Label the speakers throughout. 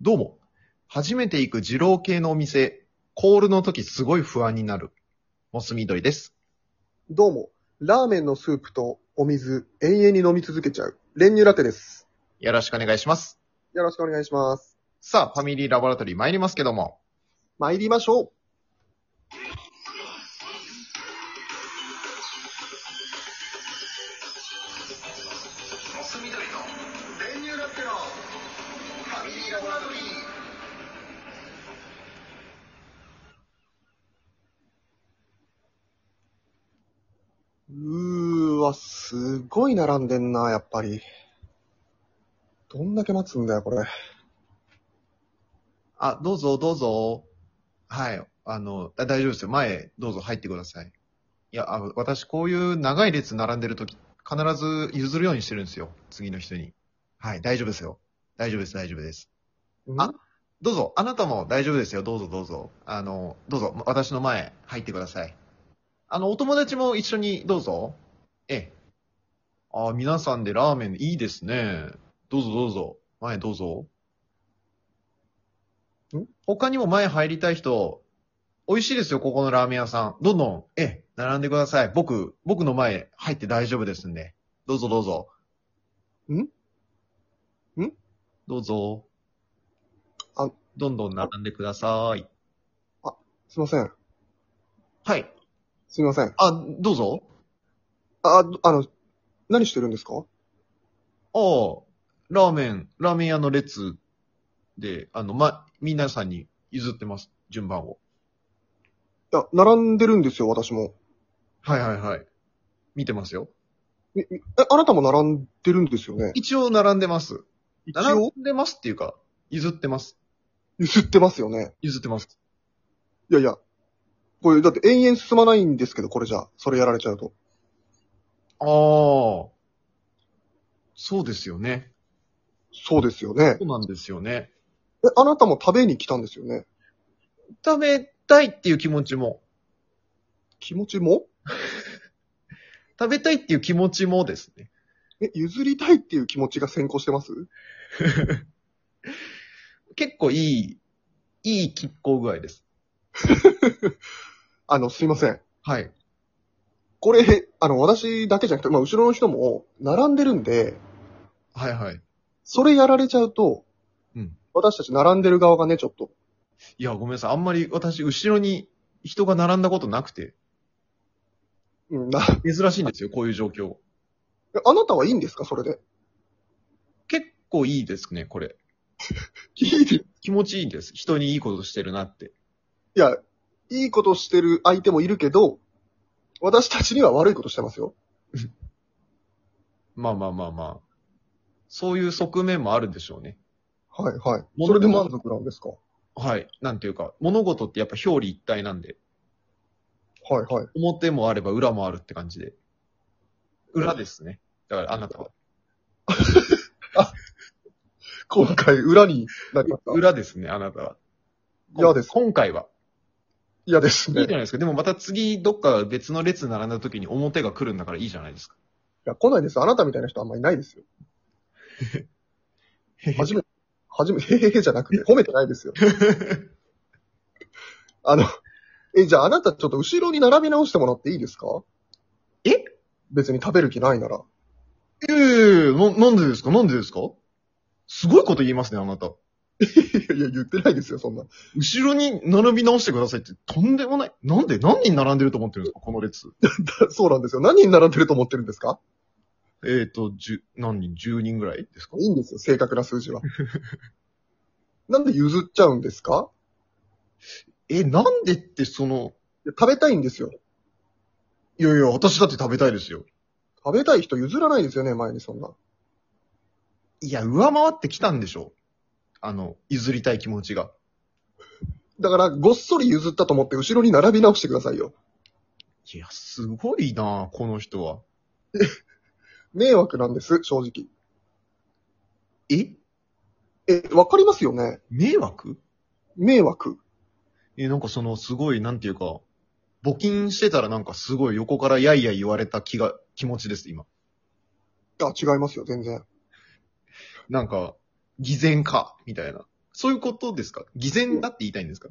Speaker 1: どうも。初めて行く二郎系のお店、コールの時すごい不安になる。モス緑です。
Speaker 2: どうも、ラーメンのスープとお水、永遠に飲み続けちゃう、練乳ラテです。
Speaker 1: よろしくお願いします。
Speaker 2: よろしくお願いします。
Speaker 1: さあ、ファミリーラボラトリー参りますけども。
Speaker 2: 参りましょう。
Speaker 3: モス緑の練乳ラテのファミリーラボラドリー。
Speaker 2: うーわ、すごい並んでんな、やっぱり。どんだけ待つんだよ、これ。
Speaker 1: あ、どうぞどうぞ。はい。あの、あ大丈夫ですよ。前、どうぞ入ってください。いや、あの私こういう長い列並んでる時、必ず譲るようにしてるんですよ。次の人に。はい、大丈夫ですよ。大丈夫です、大丈夫です。あどうぞ、あなたも大丈夫ですよ。どうぞどうぞ。あの、どうぞ、私の前入ってください。あの、お友達も一緒にどうぞ。ええ。ああ、皆さんでラーメンいいですね。どうぞどうぞ。前どうぞ。
Speaker 2: ん
Speaker 1: 他にも前入りたい人、美味しいですよ、ここのラーメン屋さん。どんどん、ええ、並んでください。僕、僕の前入って大丈夫ですんで。どうぞどうぞ。
Speaker 2: んん
Speaker 1: どうぞ。
Speaker 2: あ
Speaker 1: どんどん並んでください。
Speaker 2: すいません。
Speaker 1: はい。
Speaker 2: すいません。
Speaker 1: あ、どうぞ。
Speaker 2: あ、あの、何してるんですか
Speaker 1: ああ、ラーメン、ラーメン屋の列で、あの、ま、皆さんに譲ってます。順番を。
Speaker 2: いや、並んでるんですよ、私も。
Speaker 1: はいはいはい。見てますよ。
Speaker 2: みみえ、あなたも並んでるんですよね
Speaker 1: 一応並んでます。
Speaker 2: 一
Speaker 1: 並んでますっていうか、譲ってます。
Speaker 2: ゆすってますよね
Speaker 1: 譲ってます。
Speaker 2: いやいや。これ、だって延々進まないんですけど、これじゃ。それやられちゃうと。
Speaker 1: ああ。そうですよね。
Speaker 2: そうですよね
Speaker 1: そ。うなんですよね。
Speaker 2: え、あなたも食べに来たんですよね
Speaker 1: 食べたいっていう気持ちも、
Speaker 2: 気持ちも
Speaker 1: 食べたいっていう気持ちもですね。
Speaker 2: え、譲りたいっていう気持ちが先行してます
Speaker 1: 結構いい、いい拮抗具合です。
Speaker 2: あの、すいません。
Speaker 1: はい。
Speaker 2: これ、あの、私だけじゃなくて、まあ、後ろの人も、並んでるんで、
Speaker 1: はいはい。
Speaker 2: それやられちゃうと、
Speaker 1: うん
Speaker 2: 私たち並んでる側がね、ちょっと。
Speaker 1: いや、ごめんなさい。あんまり私、後ろに人が並んだことなくて、
Speaker 2: うん、な、
Speaker 1: 珍しいんですよ、こういう状況。
Speaker 2: あなたはいいんですかそれで。
Speaker 1: 結構いいですね、これ。
Speaker 2: いいでい
Speaker 1: 気持ちいいです。人にいいことしてるなって。
Speaker 2: や、いいことしてる相手もいるけど、私たちには悪いことしてますよ。
Speaker 1: まあまあまあまあ。そういう側面もあるでしょうね。
Speaker 2: はい、はい。
Speaker 1: 物事
Speaker 2: それで満足なんですか
Speaker 1: はい。なんていうか、物事ってやっぱ表裏一体なんで、
Speaker 2: はい、はい。
Speaker 1: 表もあれば裏もあるって感じで。裏ですね。だからあなた は。
Speaker 2: 今回、裏になりました。
Speaker 1: 裏ですね、あなたは。
Speaker 2: 嫌です
Speaker 1: 今回は。
Speaker 2: 嫌です
Speaker 1: いいじ
Speaker 2: ね。
Speaker 1: ゃないですか。でもまた次、どっか別の列並んだ時に表が来るんだからいいじゃないですか。
Speaker 2: いや、来ないです。あなたみたいな人あんまりいな いですよ。初めて、初めて、へへへじゃなくて、褒めてな いですよ。あの、え、じゃああなたちょっと後ろに並び直してもらっていいですか
Speaker 1: え
Speaker 2: 別に食べる気ないなら。
Speaker 1: いやいやいや、な、なんでですかなんでですかすごいこと言いますね、あなた。
Speaker 2: いやいや、言ってないですよ、そんな。
Speaker 1: 後ろに並び直してくださいって、とんでもない。なんで何人並んでると思ってるんですかこの列。
Speaker 2: そうなんですよ。何人並んでると思ってるんですか
Speaker 1: えっ、と、十、何人 ?10 人ぐらいですか
Speaker 2: いいんですよ、正確な数字は。 なんで譲っちゃうんですか
Speaker 1: え、なんでってその、
Speaker 2: いや食べたいんですよ。
Speaker 1: いやいや、私だって食べたいですよ。
Speaker 2: 食べたい人譲らないですよね、前にそんな。
Speaker 1: いや、上回ってきたんでしょあの、譲りたい気持ちが。
Speaker 2: だから、ごっそり譲ったと思って後ろに並び直してくださいよ。
Speaker 1: いや、すごいなこの人は。
Speaker 2: 迷惑なんです、正直。
Speaker 1: え
Speaker 2: え、わかりますよね
Speaker 1: 迷惑
Speaker 2: 迷惑。
Speaker 1: え、なんかその、すごい、なんていうか、募金してたらなんかすごい横からやいやい言われた気が、気持ちです、今。
Speaker 2: あ、違いますよ、全然。
Speaker 1: なんか、偽善か、みたいな。そういうことですか偽善だって言いたいんですか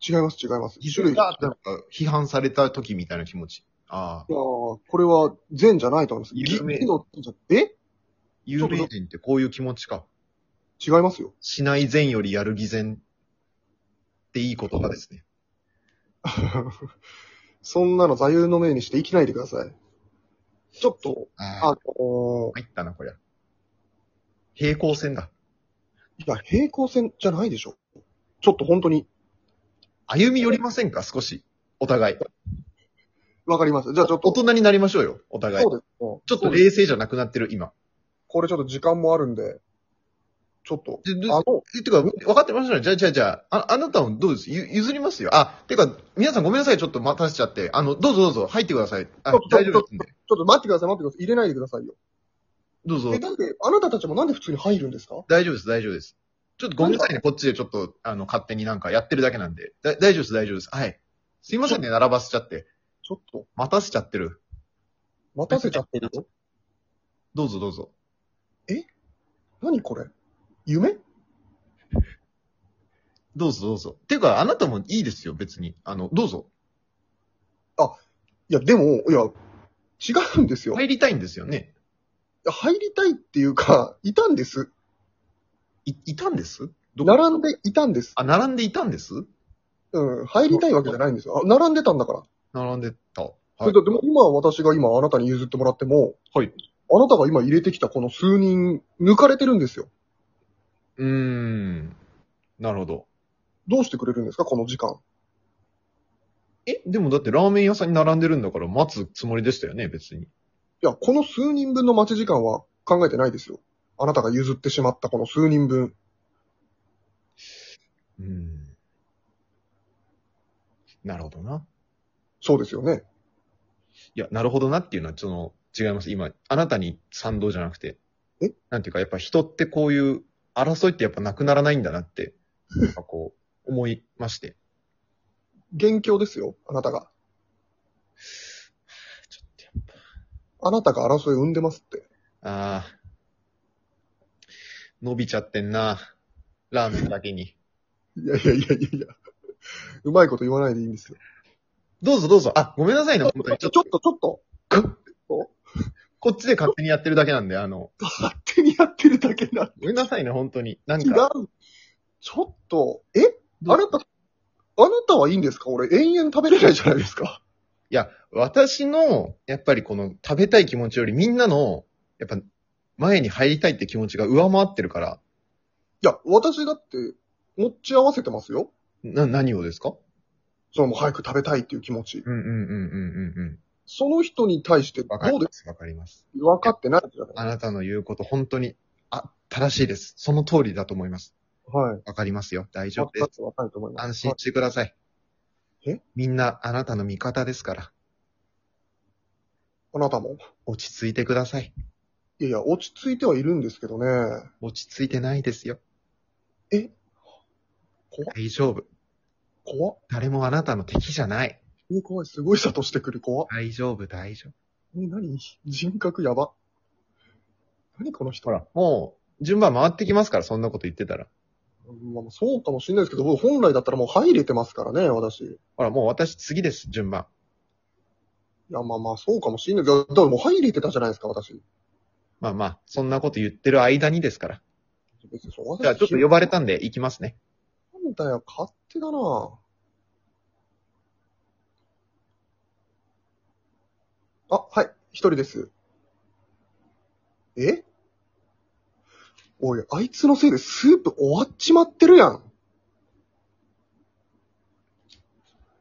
Speaker 2: 違います、違います。
Speaker 1: 偽
Speaker 2: 種類
Speaker 1: 善。だってなんか批判された時みたいな気持ち。ああ。
Speaker 2: いやーこれは善じゃないと思います。ぎ
Speaker 1: 有名
Speaker 2: 義の善じゃえ
Speaker 1: 有名人ってこういう気持ちか。
Speaker 2: 違いますよ。
Speaker 1: しない善よりやる偽善っていい言葉ですね。
Speaker 2: そんなの座右の銘にして生きないでください。ちょっと、あ
Speaker 1: ああ。
Speaker 2: のー
Speaker 1: 入ったな、こりゃ。平行線だ。
Speaker 2: いや、平行線じゃないでしょ。ちょっと本当に、
Speaker 1: 歩み寄りませんか少し。お互い。
Speaker 2: わかります。じゃあちょっと、
Speaker 1: 大人になりましょうよ。お互い
Speaker 2: そ。うですね。
Speaker 1: ちょっ
Speaker 2: そ
Speaker 1: と
Speaker 2: うです
Speaker 1: 冷静じゃなくなってる、今。
Speaker 2: これちょっと時間もあるんで、ちょっと、
Speaker 1: でで
Speaker 2: あの、
Speaker 1: え、てか、分かってましたね。じゃあ、じゃあ、じゃあ、あ、あなたもどうですゆ譲りますよ。あ、てか、皆さんごめんなさい。ちょっと待たせちゃって。あの、どうぞどうぞ、入ってください。あ
Speaker 2: ちょっと
Speaker 1: 大丈夫ですんで。
Speaker 2: ちょっと待ってください、待ってください。入れないでくださいよ。
Speaker 1: どうぞ
Speaker 2: え、。なんで、あなたたちもなんで普通に入るんですか
Speaker 1: 大丈夫です、大丈夫です。ちょっとごめんなさいね。こっちでちょっと、あの、勝手になんかやってるだけなんで。だ大丈夫です、大丈夫です。はい。すいませんね、並ばせちゃって。
Speaker 2: ちょっと、
Speaker 1: 待たせちゃってる。
Speaker 2: 待たせちゃってるよ。
Speaker 1: どうぞどうぞ。
Speaker 2: 何これ夢
Speaker 1: どうぞどうぞ。てか、あなたもいいですよ、別に。あの、どうぞ。
Speaker 2: いや、でも、いや、違うんですよ。
Speaker 1: 入りたいんですよね。
Speaker 2: 入りたいっていうか、いたんです。
Speaker 1: い、いたんですどこ
Speaker 2: 並んでいたんです。
Speaker 1: あ、並んでいたんです
Speaker 2: うん、入りたいわけじゃないんですよ。あ並んでたんだから。
Speaker 1: 並んでた。
Speaker 2: それだってもう今私が今あなたに譲ってもらっても、
Speaker 1: はい。
Speaker 2: あなたが今入れてきたこの数人抜かれてるんですよ。
Speaker 1: うーん。なるほど。
Speaker 2: どうしてくれるんですかこの時間。
Speaker 1: え、でもだってラーメン屋さんに並んでるんだから待つつもりでしたよね、別に。
Speaker 2: いや、この数人分の待ち時間は考えてないですよ。あなたが譲ってしまったこの数人分。
Speaker 1: うーん。なるほどな。
Speaker 2: そうですよね。
Speaker 1: いや、なるほどなっていうのは、その、違います。今、あなたに賛同じゃなくて。
Speaker 2: え
Speaker 1: なんていうか、やっぱ人ってこういう、争いってやっぱなくならないんだなって、なんかこう、思いまして。
Speaker 2: 元凶ですよ。あなたが。
Speaker 1: ちょっと
Speaker 2: あなたが争いを生んでますって。
Speaker 1: ああ。伸びちゃってんな。ラーメンだけに。
Speaker 2: いやいやいやいやいや。うまいこと言わないでいいんですよ。
Speaker 1: どうぞどうぞ。あ、ごめんなさいね、
Speaker 2: ちょ
Speaker 1: 本
Speaker 2: っ
Speaker 1: 当に。ちょ
Speaker 2: と、
Speaker 1: っ
Speaker 2: ちょ
Speaker 1: と
Speaker 2: っ、と、ちょっと。
Speaker 1: こっちで勝手にやってるだけなんで、あの、
Speaker 2: 勝手にやってるだけな
Speaker 1: ごめんなさいね、本当に。なん
Speaker 2: 違
Speaker 1: か、
Speaker 2: う。ちょっと、えあなた、あなたはいいんですか俺、延々食べれないじゃないで すか。
Speaker 1: いや、私の、やっぱりこの、食べたい気持ちよりみんなの、やっぱ、前に入りたいって気持ちが上回ってるから、
Speaker 2: いや、私だって、持ち合わせてますよ。
Speaker 1: な、何をですか
Speaker 2: その、もう早く食べたいっていう気持ち。
Speaker 1: うんうんうんうんうんうん。
Speaker 2: その人に対して、ど
Speaker 1: わかり
Speaker 2: うで
Speaker 1: ます。わかります。
Speaker 2: 分かってないじゃない
Speaker 1: あなたの言うこと、本当に、あ、正しいです。その通りだと思います。
Speaker 2: はい。
Speaker 1: わかりますよ。大丈
Speaker 2: 分
Speaker 1: 夫です
Speaker 2: か。ってわかると思います。
Speaker 1: 安心
Speaker 2: はい
Speaker 1: してください。
Speaker 2: え
Speaker 1: みんな、あなたの味方ですから、
Speaker 2: あなたも。
Speaker 1: 落ち着いてください。
Speaker 2: いやいや、落ち着いてはいるんですけどね。
Speaker 1: 落ち着いてないですよ。
Speaker 2: え怖
Speaker 1: 大丈夫。
Speaker 2: 怖っ。
Speaker 1: 誰もあなたの敵じゃない。
Speaker 2: え怖い。すごい諭してくる。怖っ。
Speaker 1: 大丈夫、大丈夫。
Speaker 2: え、何人格やば。何この人
Speaker 1: ほら、もう、順番回ってきますから、そんなこと言ってたら。
Speaker 2: まあ、そうかもしれないですけど、僕本来だったらもう入れてますからね、私。い
Speaker 1: ほら、もう私次です、順番。
Speaker 2: や、まあまあ、そうかもしれないけど、だからもう入れてたじゃないですか、私。
Speaker 1: まあまあ、そんなこと言ってる間にですから。
Speaker 2: 別にそう
Speaker 1: じゃあ、ちょっと呼ばれた
Speaker 2: ん
Speaker 1: んで、行きますね。
Speaker 2: なんだよ、勝手だなあ、はい、一人です。えおい、あいつのせいでスープ終わっちまってるやん。